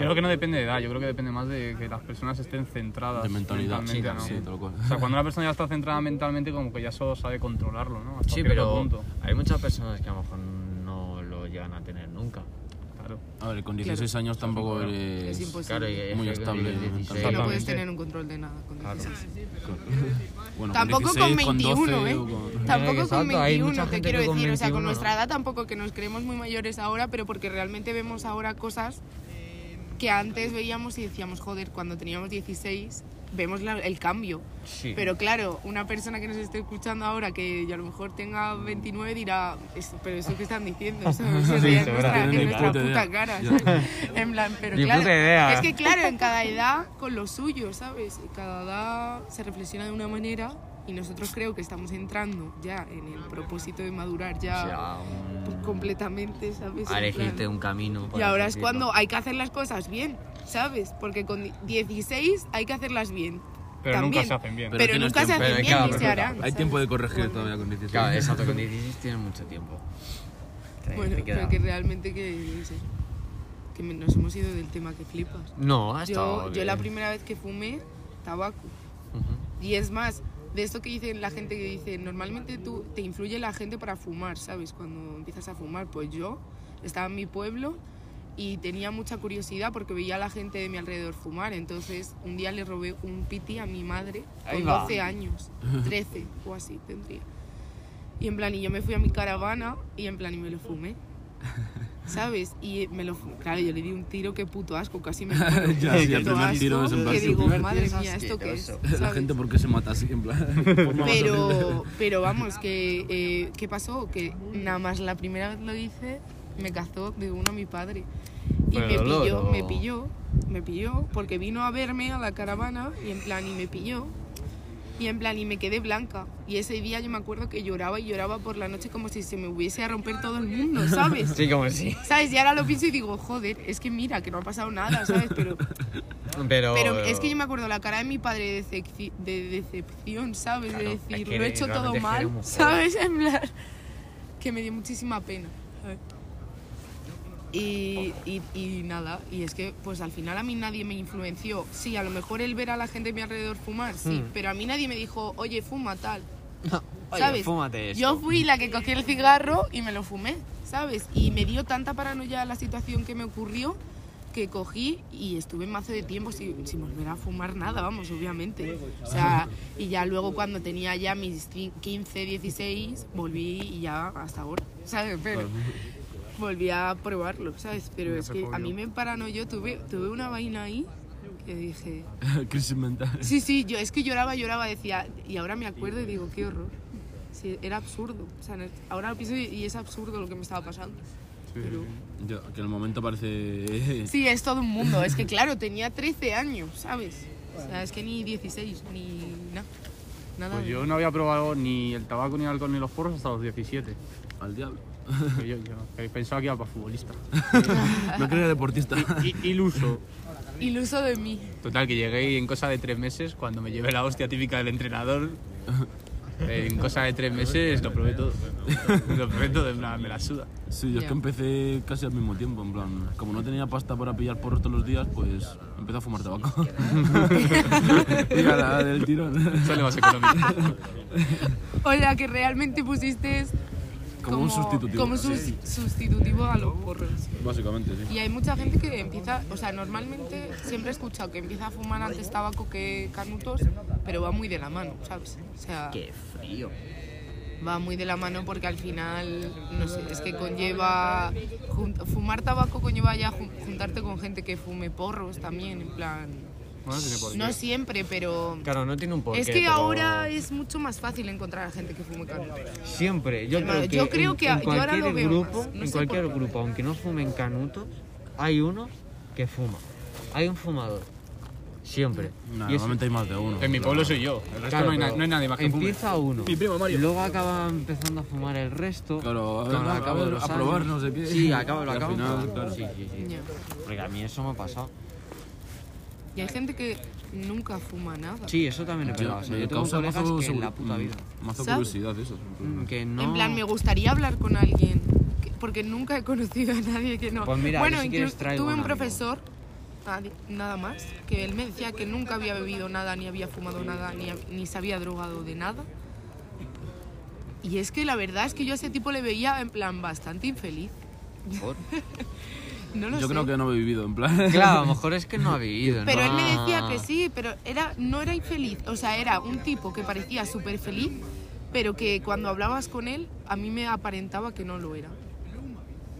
Yo creo que no depende de edad, yo creo que depende más de que las personas estén centradas
De mentalidad, sí,
mentalmente, ¿no?
sí, tal cual.
O sea, cuando una persona ya está centrada mentalmente, como que ya solo sabe controlarlo, ¿no? Hasta
Sí,
cierto
pero
punto.
hay muchas personas que a lo mejor no lo llegan a tener nunca.
Claro.
A ver, con 16 años tampoco eres...
Es imposible.
Claro, y es
Muy
que con
estable
16,
Es que no puedes
Totalmente.
tener un control de nada con 16.
Bueno,
Tampoco con 21, ¿eh?
o con-
Exacto,
Tampoco con
hay mucha
21, te
gente
quiero
que con
decir. O sea,
21,
con nuestra
¿no?
edad tampoco que nos creemos muy mayores ahora, pero porque realmente vemos ahora cosas que antes veíamos y decíamos, joder, cuando teníamos 16 vemos la- el cambio.
Sí.
Pero claro, una persona que nos esté escuchando ahora, que a lo mejor tenga 29, dirá, "Eso- pero eso que están diciendo, ¿sabes? O sea, es nuestra,
Tienen
es
ni
nuestra
puta idea.
puta cara,
Ya.
¿sabes? En plan, pero
Ni
claro,
puta idea.
es que claro, en cada edad con lo suyo, ¿sabes? Cada edad se reflexiona de una manera y nosotros creo que estamos entrando ya en el propósito de madurar
O
ya
sea, un-
completamente, ¿sabes?
a
En
elegirte
plan-
un camino. por
y ahora es
así decirlo.
cuando hay que hacer las cosas bien, ¿sabes? Porque con 16 hay que hacerlas bien.
Pero nunca
también.
se hacen bien.
Pero,
Pero tienes
nunca se
tiempo.
hacen
Pero
bien
claro,
ni se
pero
harán.
Hay
¿sabes?
tiempo de corregir
Bueno,
todavía con 16.
Claro, exacto, con 16 tienes mucho tiempo. Te-
Bueno,
te queda-
pero que realmente que, yo qué sé, que me- nos hemos ido del tema que flipas.
No, ha estado
Yo, yo la
bien.
primera vez que fumé tabaco.
Ujú.
Y es más, de esto que dice la gente que dice, normalmente tú te influye la gente para fumar, ¿sabes? Cuando empiezas a fumar, pues yo estaba en mi pueblo y tenía mucha curiosidad porque veía a la gente de mi alrededor fumar. Entonces, un día le robé un piti a mi madre
Ahí
con
va.
12 años,
[LAUGHS]
13 o así tendría. Y en plan, y yo me fui a mi caravana y en plan, y me
[LAUGHS]
lo fumé. ¿Sabes? Y me lo fu- Claro, yo le di un tiro, qué puto asco, casi
[LAUGHS]
me muero.
Ya, sí,
Qué
el primer
puto
tiro es en
asco,
plan,
Que
sí,
digo,
primer
madre
tiro es
mía, ¿esto qué es?
asqueroso.
La
¿Sabes?
gente, ¿por qué se mata así? En plan, [LAUGHS] forma
[LAUGHS]
más horrible.
Pero, pero vamos, que eh, ¿qué pasó? Que nada más la primera vez lo hice, me cazó de uno mi padre. Y
Pero
me
dolor,
pilló,
¿o?
me pilló, me pilló, porque vino a verme a la caravana y en plan, y me pilló. Y en plan, y me quedé blanca. Y ese día yo me acuerdo que lloraba y lloraba por la noche como si se me hubiese a romper todo el mundo, ¿sabes?
Sí, como sí.
¿Sabes? Y ahora lo pienso y digo, joder, es que mira, que no ha pasado nada, ¿sabes? Pero
Pero,
pero es que yo me acuerdo la cara de mi padre de, decepci- de decepción, ¿sabes?
Claro,
de
es
decir,
que
lo he hecho todo
realmente es que
mal,
eres muy joven.
[LAUGHS] ¿sabes? En plan, que me dio muchísima pena. ¿sabes? Y, y, y nada, y es que pues al final a mí nadie me influenció. Sí, a lo mejor el ver a la gente de mi alrededor fumar, sí,
Hmm.
pero a mí nadie me dijo, oye, fuma tal.
Oye,
¿sabes?
fúmate eso.
Yo fui la que cogí el cigarro y me lo fumé, ¿sabes? Y me dio tanta paranoia la situación que me ocurrió que cogí y estuve mazo de tiempo sin, sin volver a fumar nada, vamos, obviamente. O sea, y ya luego cuando tenía ya mis cin- 15, 16, volví y ya hasta ahora, ¿sabes? Pero volví a probarlo, ¿sabes? Pero es que a mí me paranoió, tuve, tuve una vaina ahí que dije...
Crisis mental.
Sí, sí, yo es que lloraba, lloraba, decía, y ahora me acuerdo y digo, qué horror. Sí, era absurdo. O sea, no- ahora lo pienso y- y es absurdo lo que me estaba pasando. Pero-
Ya, que en el momento parece... eh,
Sí, es todo un mundo. Es que, claro, tenía 13 años, ¿sabes? O sea, es que ni 16, ni nada. Nada.
Pues
de-
yo no había probado ni el tabaco, ni el alcohol, ni los porros hasta los
[LAUGHS]
17.
Al
[LAUGHS]
diablo.
Que Yo, yo que pensaba que iba para futbolista.
No creo que deportista.
I- iluso.
Iluso de mí.
Total, que llegué y en cosa de tres meses, cuando me llevé la hostia típica del entrenador, en cosa de tres meses lo probé todo. [LAUGHS] lo probé todo, en plan, me la suda.
Sí, yo es
Ya.
que empecé casi al mismo tiempo, en plan, como no tenía pasta para pillar porros todos los días, pues empecé a fumar
[LAUGHS]
tabaco. y a la del tirón.
Sale más económico.
O sea, que realmente pusiste
Como un sustitutivo.
Como sus- sustitutivo a los porros.
Básicamente, sí.
Y hay mucha gente que empieza, o sea, normalmente siempre he escuchado que empieza a fumar antes tabaco que canutos, pero va muy de la mano, ¿sabes? O sea,
Qué frío.
va muy de la mano porque al final, no sé, es que conlleva, jun- fumar tabaco conlleva ya jun- juntarte con gente que fume porros también, en plan,
Bueno, tiene por
no siempre, pero...
Claro, no tiene un porqué.
Es que
pero
ahora es mucho más fácil encontrar a gente que fume canutos.
Siempre. Yo
Hermano,
creo que,
yo creo
en,
que
en
yo ahora
cualquier
lo veo
grupo,
más, no
en
sé
cualquier
por qué.
grupo, aunque no fumen canutos, hay uno que fuma. Hay un fumador. Siempre.
Nah,
Y es-
normalmente hay más de uno.
En mi pueblo soy yo, el resto
Claro,
no, hay na-
pero
no hay nadie más que fume.
Empieza uno. Mi primo Mario. Luego acaba empezando a fumar el resto.
Claro, a ver,
Claro,
a
acabo
ver,
los
a probar,
años.
no sé qué.
Sí, acabo, lo
Y al
acabo.
final,
probando.
claro.
Sí, sí, sí.
Ya.
Porque a mí eso me ha pasado.
Y hay gente que nunca fuma nada.
Sí, eso también he
Yo,
pegado. O sea,
me
yo tengo
causa
colegas
mazo,
que en
seguro-
la puta vida.
mm, mazo
¿Sabes?
[LAUGHS] curiosidad eso. en plan.
Que no...
En plan, me gustaría hablar con alguien que, porque nunca he conocido a nadie que no.
Pues mira,
bueno,
yo si
inclu-
quieres traigo
tuve
un
un
amigo.
profesor, nadie- nada más, que él me decía que nunca había bebido nada, ni había fumado nada, ni, hab- ni se había drogado de nada. Y es que la verdad es que yo a ese tipo le veía en plan bastante infeliz. [LAUGHS] no lo
Yo
sé.
creo que no he vivido, en plan.
[LAUGHS] Claro, a lo mejor es que no ha vivido.
Pero
¿no?
él me
Ah.
decía que sí, pero era, no era infeliz. O sea, era un tipo que parecía súper feliz, pero que cuando hablabas con él, a mí me aparentaba que no lo era.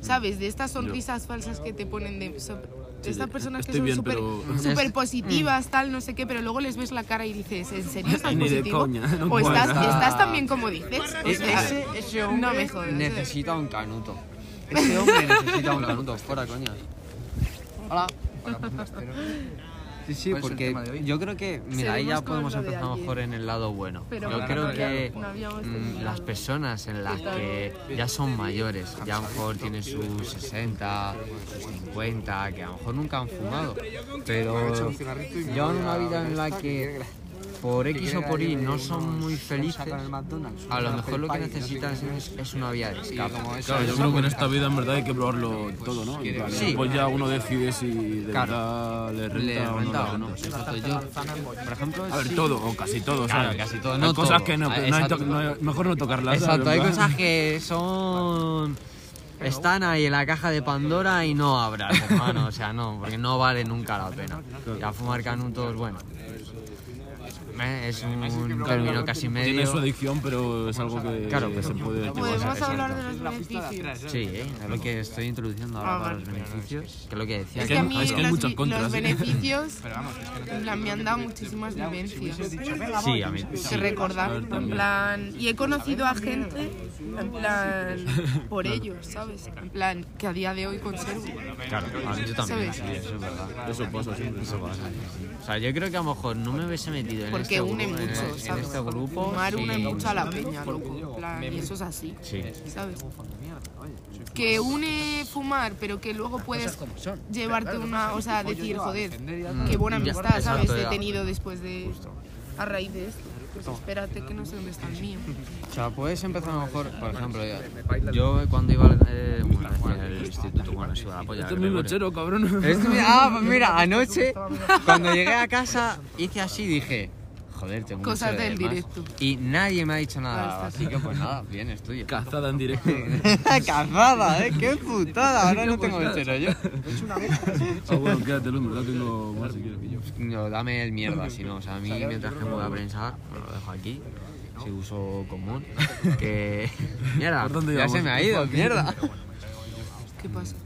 ¿Sabes? De estas sonrisas falsas que te ponen de... so- de
Sí,
estas personas que
estoy
son
bien,
súper
pero- Mm.
súper positivas, tal, no sé qué, pero luego les ves la cara y dices, ¿en serio estás
[LAUGHS] Ni de
positivo?
coña, no
o
puedo.
estás,
Está-
estás tan bien como dices. O
E-
sea,
ese, ese hombre
no me jodas.
necesita un canuto. Ese hombre necesita un canuto, fuera coña. Hola. pues Sí, sí,
¿Cuál es el tema de
porque
hoy?
yo creo que, mira, ahí
Seguimos
ya
con
podemos
lo de
empezar a lo
ayer.
mejor en el lado bueno.
Pero
yo
bueno,
creo
no
que
habíamos- no habíamos
mm,
terminado.
las personas en las que ya son mayores, ya a lo mejor tienen sus 60, sus 50, que a lo mejor nunca han fumado, pero llevan una vida en la que por X o por Y no son muy felices, a lo mejor lo que necesitan es, es una vía de escape.
Claro, [LAUGHS] yo creo que en esta vida en verdad hay que probarlo todo, ¿no? En plan,
Pues, Sí.
Después ya uno decide si de verdad le renta,
Le
o no le
renta o no.
renta.
Exacto, yo, por ejemplo,
A ver,
sí-
todo, o casi todo,
Claro,
¿sabes?
casi todo,
Hay
no
cosas
todo.
que no,
Ah,
no hay
exacto.
to- no hay- mejor no tocarlas. ¿sabes?
Exacto, hay
En plan-
cosas que son... Están ahí en la caja de Pandora y no abras, hermano. O sea, no, porque no vale nunca la pena. Ya fumar canutos, bueno. eh, Es un término casi
Tiene su
medio.
adicción, pero es algo que
Claro, pero-
se puede
Podemos
llevar.
hablar de los beneficios.
Sí, eh, es lo que estoy introduciendo ahora
Ah,
para
vale.
los beneficios. Que es lo que decía.
Es que a mí
es que hay
los,
muchos
vi-
contras,
los
¿eh? [LAUGHS]
beneficios en plan, me han dado muchísimas vivencias
Sí, a mí.
que
sí.
recordar. En plan, y he conocido a gente en plan
[LAUGHS]
por ellos, ¿sabes? En plan, que a día de hoy conservo.
Claro, a mí yo también.
¿Sabes?
sí, eso es verdad.
Eso pasa siempre.
Eso pasa. O sea, yo creo que a lo mejor no me hubiese metido en
Porque
este
une
grupo. en-
mucho,
en
¿sabes?
este grupo.
Fumar une
sí.
mucho a la peña, loco. en plan, y eso es así,
Sí.
¿sabes? Que une fumar, pero que luego puedes llevarte una. O sea, decir, joder, qué buena
Ya,
amistad, ¿sabes?
exacto,
He
ya.
tenido después de. A raíz de esto. Pues espérate que no sé dónde está el mío.
O sea, puedes empezar a lo mejor, por ejemplo, yo, yo cuando iba al eh, bueno, decía el instituto, bueno, eso la polla.
pues, Este es mi
Gregorio.
mechero, cabrón. [LAUGHS]
Esto, mira, ah, pues mira, anoche, cuando llegué a casa, hice así, dije, joder, tengo un
Cosas
mechero
del
de más.
directo.
Y nadie me ha dicho nada,
Ah, está
así que pues nada, bien, es tuyo.
Cazada en directo.
[LAUGHS] Cazada, ¿eh? [LAUGHS] Qué putada, ahora no tengo mechero yo.
Ah, bueno, quédatelo, en verdad tengo más si quieres que yo.
No, dame el mierda, si no. O sea, a mí mientras que me voy a pensar, bueno, lo dejo aquí. Si uso común. Que. Mierda,
¿Por dónde
ya se
íbamos?
me ha ido, mierda.
¿Qué
Mm.
pasa?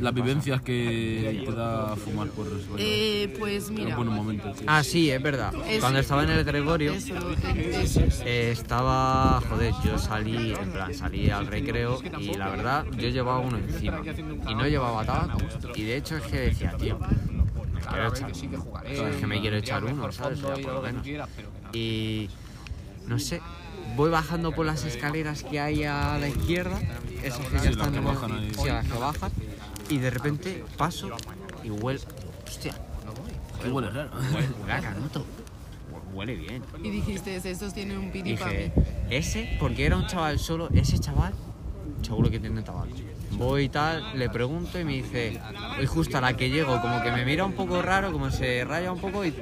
Las vivencias que te da fumar porros. vaya.
Eh, pues
Son
mira.
buenos momentos. sí.
Ah, sí, es verdad.
Eso.
Cuando estaba en el Gregorio,
Eso, lo que- eso.
eh, estaba. Joder, yo salí, en plan, salí al recreo y la verdad, yo llevaba uno encima. Y no llevaba tabaco. Y de hecho es que decía, tío, me quiero echar uno. O sea, es que me quiero echar uno, ¿sabes? O sea, por lo menos. y no sé, voy bajando por las escaleras que hay a la izquierda, esas que ya
Sí, las
están
que
en-
bajan ahí.
sí, las que bajan, y de repente paso y huele, hostia,
Qué bueno, raro.
huele, huele a canuto, Hue- huele bien.
Y dijiste, estos tienen un piri para mí.
Dije, ese, porque era un chaval solo, ese chaval seguro que tiene tabaco. Voy y tal, le pregunto y me dice, y justo a la que llego, como que me mira un poco raro, como se raya un poco y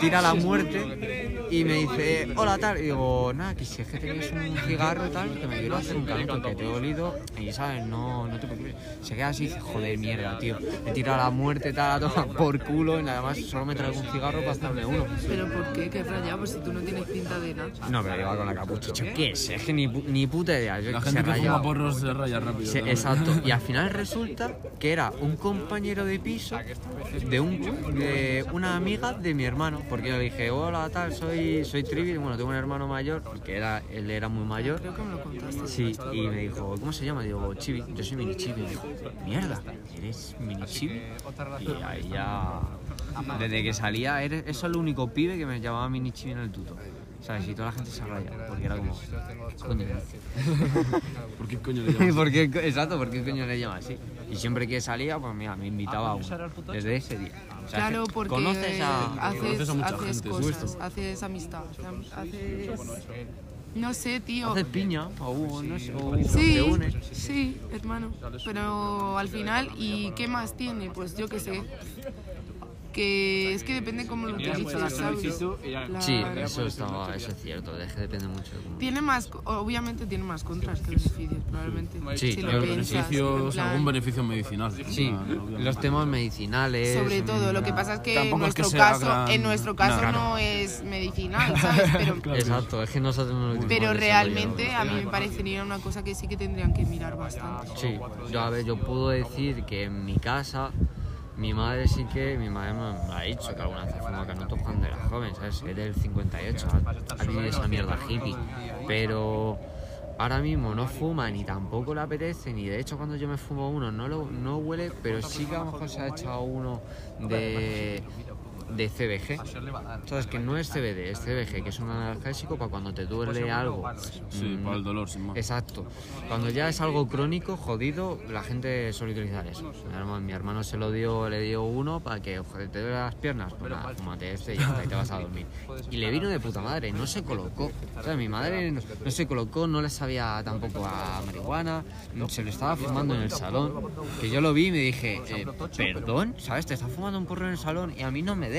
tira la muerte y me dice, hola tal. Y digo, nada, que si es que tenías un cigarro y tal, que me quiero hacer un canuto, que te he olido y sabes, no, no te preocupes. Se queda así, y dice, joder, mierda, tío. Me tira la muerte tal, a tomar por culo y nada más solo me traigo un cigarro para hacerme uno.
Pero ¿por qué? ¿Qué rayado? Pues si tú no tienes pinta de nada.
No, pero lleva con la capucha. Yo ¿Qué es? Es que ni, pu- ni puta idea. Yo
La
que
gente
se
que
rayaba.
fuma porros se raya rápido.
Se-
¿no?
exacto. Y al
[LAUGHS]
final resulta que era un compañero de piso de, un, de una amiga de mi hermano. Porque yo le dije, hola, tal, soy, soy Trivi. Bueno, tengo un hermano mayor, porque era, él era muy mayor.
Creo que me lo contaste.
Sí, y me dijo, ¿cómo se llama? Digo, Chibi, yo soy mini Chibi. Me dijo, mierda, ¿eres mini Chibi? Y ahí ya. Desde que salía, eres, eso es el único pibe que me llamaba mini Chibi en el tuto. ¿Sabes? Y toda la gente se raya, porque era como. Coño,
¿Por qué coño
[LAUGHS]
le
¿Y
llamas?
por qué, co- exacto, ¿por qué coño le llama así? Y siempre que salía, pues mira, me invitaba a uno. Desde ese día. O sea,
Claro,
que
porque
Conoces a.
haces,
Conoces a mucha
haces
gente,
cosas,
justo.
haces amistad, haces No sé, tío.
Haces piña, o u- no sé, o
Sí, Ah,
te unes.
sí, hermano. Pero al final, ¿y qué más tiene? Pues yo qué sé. Que es que depende cómo lo utilices, ¿sabes?
Sí,
Claro.
eso, está, eso es cierto, es que depende mucho de cómo-
Tiene más, co- obviamente tiene más contras que beneficios, probablemente.
Sí,
si
claro,
lo piensas, en
Beneficios,
plan,
algún beneficio medicinal.
Sí,
Ah, obviamente.
los temas medicinales.
Sobre
mm,
todo, lo que pasa es que en
Tampoco es que
nuestro
sea
caso,
gran-
en nuestro caso
Nah,
no es medicinal,
[LAUGHS]
¿sabes? Pero,
Exacto, es que nosotros no lo tenemos
pero
desarrollado.
realmente a mí me parecería una cosa que sí que tendrían que mirar bastante.
Sí, yo, a ver, yo puedo decir que en mi casa, mi madre sí que, mi madre me me ha dicho que alguna vez fumó canuto cuando era joven, ¿sabes? Es del 58, ha habido esa mierda hippie, pero ahora mismo no fuma ni tampoco le apetece, ni de hecho cuando yo me fumo uno no, lo, no huele, pero sí que a lo mejor se ha echado uno de de CBG, sabes que no es CBD, es CBG, que es un analgésico para cuando te duele algo.
Sí,
mm,
para el dolor, sin más.
Exacto. Cuando ya es algo crónico, jodido, la gente suele utilizar eso. Mi hermano, mi hermano se lo dio, le dio uno para que joder, te duele las piernas. Pues nada, fúmate este y ya está, y te vas a dormir. Y le vino de puta madre, no se colocó. O sea, mi madre no, no se colocó, no le sabía tampoco a marihuana, se lo estaba fumando en el salón. Que yo lo vi y me dije, eh, perdón, ¿sabes? Te estás fumando un porro en el salón y a mí no me dejas.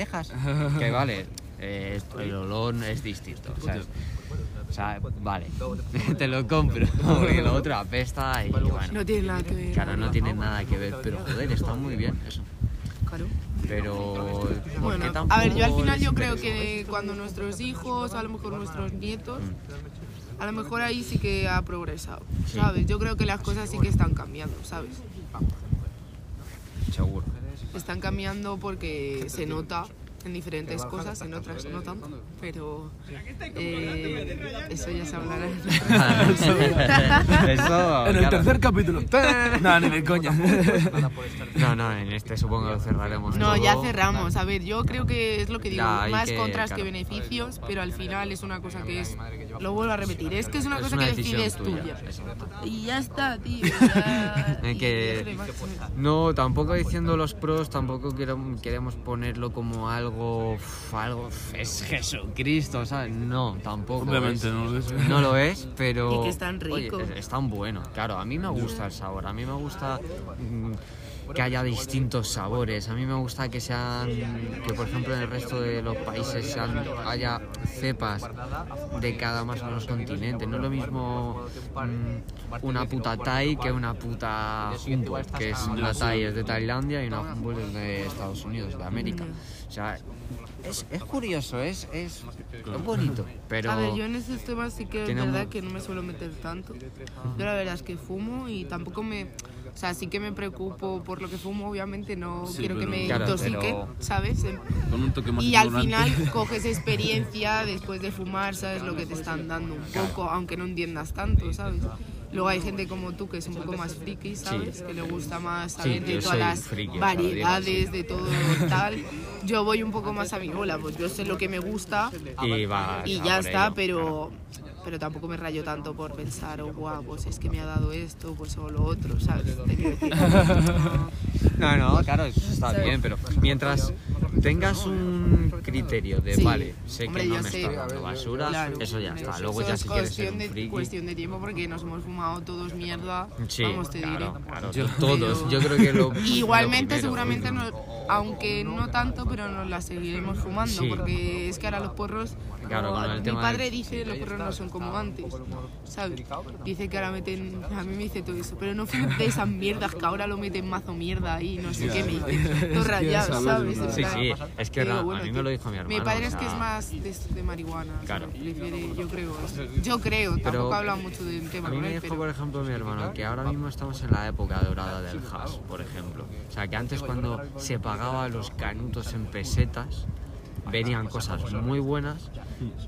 Que vale, eh, el olor es distinto, ¿sabes? O sea, vale, [LAUGHS] te lo compro, [LAUGHS] porque lo otro apesta y bueno.
No tiene nada que ver.
Claro, no tiene nada que ver, pero joder, está muy bien eso.
Claro.
Pero... ¿por qué
Bueno,
tampoco
a ver, yo al final
es
yo [LAUGHS] creo
interesante?
que cuando nuestros hijos, a lo mejor
Mm.
nuestros nietos, a lo mejor ahí sí que ha progresado, ¿sabes? Yo creo que las cosas sí que están cambiando, ¿sabes?
Seguro.
Están cambiando porque se nota en diferentes cosas, en otras no tanto, pero eh, eso ya se hablará.
[LAUGHS] Eso, claro.
[LAUGHS]
capítulo. no, ni de coña.
No, no, en este supongo que lo cerraremos.
No,
todo.
ya cerramos. A ver, yo creo que es lo que digo,
Ya, hay
más
que-
contras que
claro.
beneficios, pero al final es una cosa que es, lo vuelvo a repetir, es que es una
Es
cosa
una
que
decisión
decides
tuya,
tuya.
exacto.
Y ya está, tío.
[LAUGHS]
ya-
Hay
y
que-
déjale más.
No, tampoco diciendo los pros, tampoco quiero- queremos ponerlo como algo, uf, algo, uf, es Jesucristo, ¿sabes? No, tampoco. es-
Obviamente
Ah,
no lo es.
No lo es, pero...
Y que es tan
Oye,
rico.
es, es tan bueno, claro, a mí me gusta el sabor, a mí me gusta mm, que haya distintos sabores, a mí me gusta que sean, que por ejemplo en el resto de los países sean- haya cepas de cada más o menos continente, no es lo mismo mm, una puta Thai que una puta Humboldt, que es una Thai es de Tailandia y una Humboldt es de Estados Unidos, de América. O sea, es, es curioso, es, es, es bonito, pero...
A ver, yo en esos temas sí que es
Tiene
verdad
mu-
que no me suelo meter tanto. Yo la verdad es que fumo y tampoco me... O sea, sí que me preocupo por lo que fumo, obviamente no
Sí,
quiero que
pero-
me
Claro,
intoxique,
pero-
¿sabes? En-
Con un toque más
Y al
ignorante.
[LAUGHS]
final
[LAUGHS]
coges experiencia después de fumar, sabes lo que te están dando un poco, aunque no entiendas tanto, ¿sabes? Luego hay gente como tú que es un poco más friki, ¿sabes? Que le gusta más saber
yo
de todas
soy
las
friki, o sea, lo digo
variedades, de todo tal. Yo voy un poco más a mi bola, pues yo sé lo que me gusta
Y, va,
y
a
ya
Ah, por
está,
ello, claro.
pero, pero tampoco me rayo tanto por pensar, oh, guau, pues es que me ha dado esto, pues o lo otro, ¿sabes? Te quiero decir, no-
No, no, claro, eso está bien, pero mientras tengas un criterio de,
Sí.
vale, sé
Hombre,
que no
yo
me
sé.
está dando basura,
Claro.
eso ya está.
Eso
Luego ya
es
si quieres ser
cuestión
un
de-
friki...
cuestión de tiempo porque nos hemos fumado todos mierda.
Sí,
Vamos, te diré.
claro, claro,
Yo-
todos, [LAUGHS] yo creo que lo...
Igualmente,
lo primero.
seguramente, no- aunque no tanto, pero nos la seguiremos fumando
Sí.
porque es que ahora los porros.
Claro, con el
mi
tema
padre
del-
dice los porros no son como antes, ¿sabes? Dice que ahora meten. A mí me dice todo eso, pero no fumes de esas mierdas que ahora lo meten mazo mierda ahí, no sé qué
[LAUGHS]
me dice. Todo rayado, ¿sabes? En
Sí,
plan,
sí, es que
te digo,
ra-
bueno,
a mí me
tío,
lo dijo mi hermano.
Mi padre
o
es que es
sea,
más de, de marihuana. o sea,
Claro.
prefiere, yo creo. Yo creo, tampoco habla mucho del tema
A mí
con
me
él,
dijo, por
pero.
ejemplo, mi hermano, que ahora mismo estamos en la época dorada del hash, por ejemplo. O sea, que antes cuando se pagaba los canutos en pesetas, venían cosas muy buenas,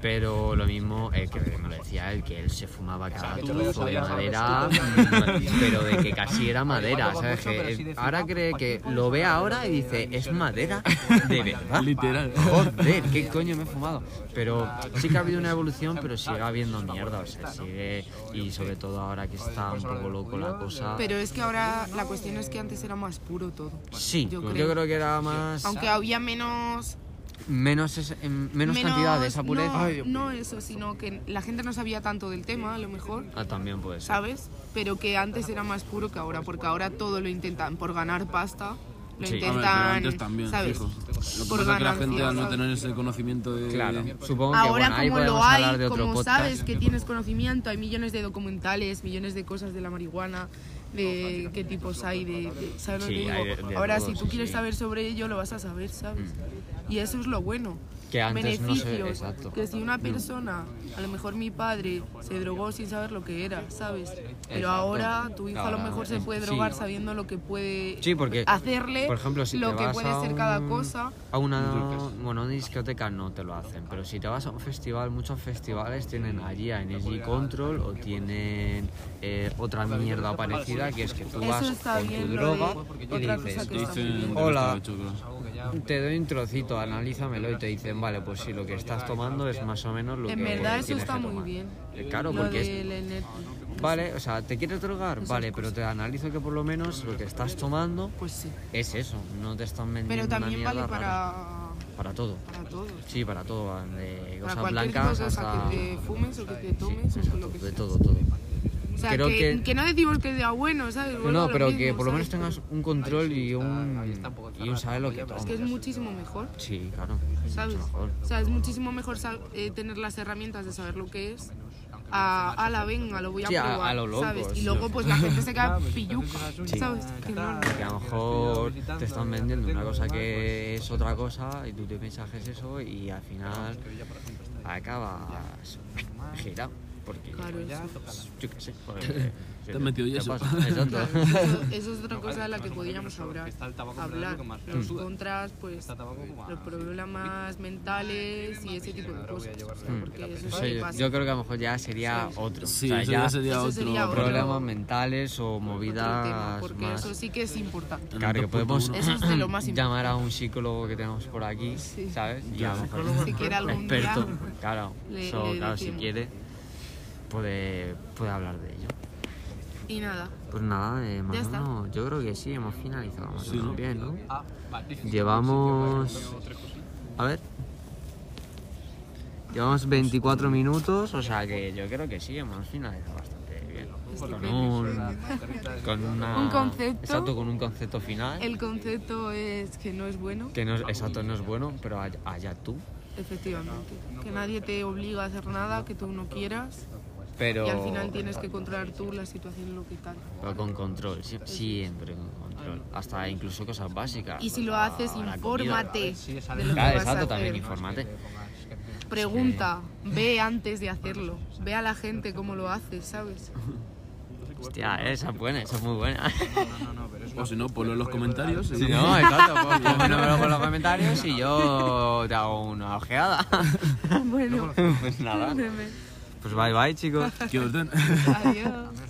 pero lo mismo, eh, que me lo decía él, que él se fumaba cada trozo de madera, [LAUGHS] pero de que casi era madera, ¿sabes? Que él ahora cree que lo ve ahora y dice, es madera, de verdad.
Literal.
[LAUGHS] Joder, qué coño me he fumado. Pero sí que ha habido una evolución, pero sigue habiendo mierda. O sea, sigue. Y sobre todo ahora que está un poco loco la cosa.
Pero es que ahora la cuestión es que antes era más puro todo.
Sí,
yo
yo
creo.
creo que era más.
Aunque había menos.
menos, es- en- menos, cantidad de esa pureza.
No, no eso, sino que la gente no sabía tanto del tema, a lo mejor,
Ah, también puede ser.
¿sabes? Pero que antes era más puro que ahora, porque ahora todo lo intentan por ganar pasta, lo
Sí. A ver,
pero
intentan,
antes también,
¿sabes?
fijo. Lo que pasa
por
es que la
ganancia,
gente al no
¿sabes?
tener ese conocimiento de...
Claro, supongo que
Ahora
bueno, ahí
como
podemos
lo
hablar de
hay,
otro
como
podcast.
sabes que tienes conocimiento, hay millones de documentales, millones de cosas de la marihuana, de qué tipos hay, de, de- ¿sabes lo
Sí,
que digo?
hay de- de
Ahora
todos,
si tú quieres
sí. Mm.
saber sobre ello lo vas a saber, ¿sabes? Y eso es lo bueno.
Que antes no se-
Beneficios,
exacto. Mm.
que si una persona, a lo mejor mi padre, se drogó sin saber lo que era, ¿sabes? Pero ahora tu hijo a lo
Ahora,
mejor se
eh,
puede
sí.
drogar sabiendo lo que puede
Sí, porque,
hacerle,
por ejemplo, si
lo
te
que
vas
puede
a
ser cada
un-
cosa.
A una, bueno, a una discoteca no te lo hacen, pero si te vas a un festival, muchos festivales tienen allí a Energy Control o tienen eh, otra mierda parecida, que es que tú vas
Eso está
con tu
bien, lo de
droga y
otra
dices,
cosa que está muy
Dicen,
bien.
Hola.
está hecho, claro.
Te
pues,
doy un trocito, analízamelo y te dicen, vale, pues si lo que estás tomando es más o menos lo
En
que
verdad eso
tienes
está
que
muy
tomar".
bien.
Eh, Claro,
Lo
porque es-
del ener-
Vale, o sea, ¿te quieres drogar? Vale, pero te analizo que por lo menos lo que estás tomando
Pues sí.
es eso, no te están vendiendo
Pero
una
también vale
mierda rara.
para,
Para todo.
para todos.
Sí, para todo, van de
Para
cosas
cualquier
blancas
cosa
hasta...
que te fumes o que te
Sí,
tomes o
exacto,
lo que
de
sea.
todo, todo.
O sea,
Creo
que,
que-
que no decimos que sea bueno, ¿sabes? Vuelvo a
No,
lo
pero
mismo,
que por lo menos
¿sabes?
tengas un control y un, y un saber lo que
Es que es
tomas.
muchísimo mejor,
Sí, claro, es
¿sabes?
mucho mejor.
O sea, es muchísimo mejor sa- eh, tener las herramientas de saber lo que es. A, a la venga, lo voy a
Sí, a-
probar,
a lo loco,
¿sabes? Y
sí.
luego pues la gente se queda pilluca, ¿sabes? Que no, no.
Que a lo mejor te están vendiendo una cosa
pues,
que es otra cosa y tú te piensas que es eso y al final acabas girado. Porque, pues,
Claro, eso.
yo qué sé.
[LAUGHS]
porque-
Te has metido
¿Qué
yeso.
pasa?
[LAUGHS]
Exacto.
Claro, eso, eso es otra cosa de la que podríamos hablar. hablar. Los contras, pues, los problemas mentales y ese tipo de cosas. Porque eso es lo
Eso
que
yo,
pasa.
yo creo que a lo mejor ya sería otro.
Sí,
o sea,
eso
ya
ya sería
Eso
otro...
sería otro.
problemas mentales o
otro tema,
movidas
porque
más.
eso sí que
[LAUGHS]
es importante.
Claro, que podemos
Eso es de lo más importante.
[CLEARS THROAT] llamar a un psicólogo que tenemos por aquí,
Sí.
¿sabes? Y a lo mejor
Si quiere algún día-
experto, claro,
le-
eso,
le
claro, si
decimos.
quiere, puede, puede hablar de ello.
Y nada,
Pues nada, eh, Manolo,
está.
yo creo que sí, hemos finalizado más o menos bien, ¿no? Llevamos... A ver. Llevamos 24 minutos, o sea que yo creo que sí, hemos finalizado bastante bien. Con un... Con una-
Un concepto.
Exacto, con un concepto final.
el concepto es que no es bueno,
Que no es, exacto, no es bueno, pero allá, allá tú.
efectivamente. Que nadie te obliga a hacer nada que tú no quieras.
Pero,
Y al final tienes que controlar tú la situación, lo que tal.
pero con control, sie- siempre con control. Hasta incluso cosas básicas.
Y si lo
la-
haces,
la comida.
infórmate. de lo que
Claro,
vas a
exacto, también
hacer.
infórmate.
Pregunta, ve antes de hacerlo. Ve a la gente cómo lo hace, ¿sabes?
Hostia, Ah, esa es buena, esa es muy
[LAUGHS]
buena.
O si no, ponlo en los comentarios.
Si no, exacto, pues pónmelo por los comentarios y yo te hago una ojeada.
Bueno,
Pues nada. Pues bye bye, chicos.
Que os den.
[LAUGHS] adiós.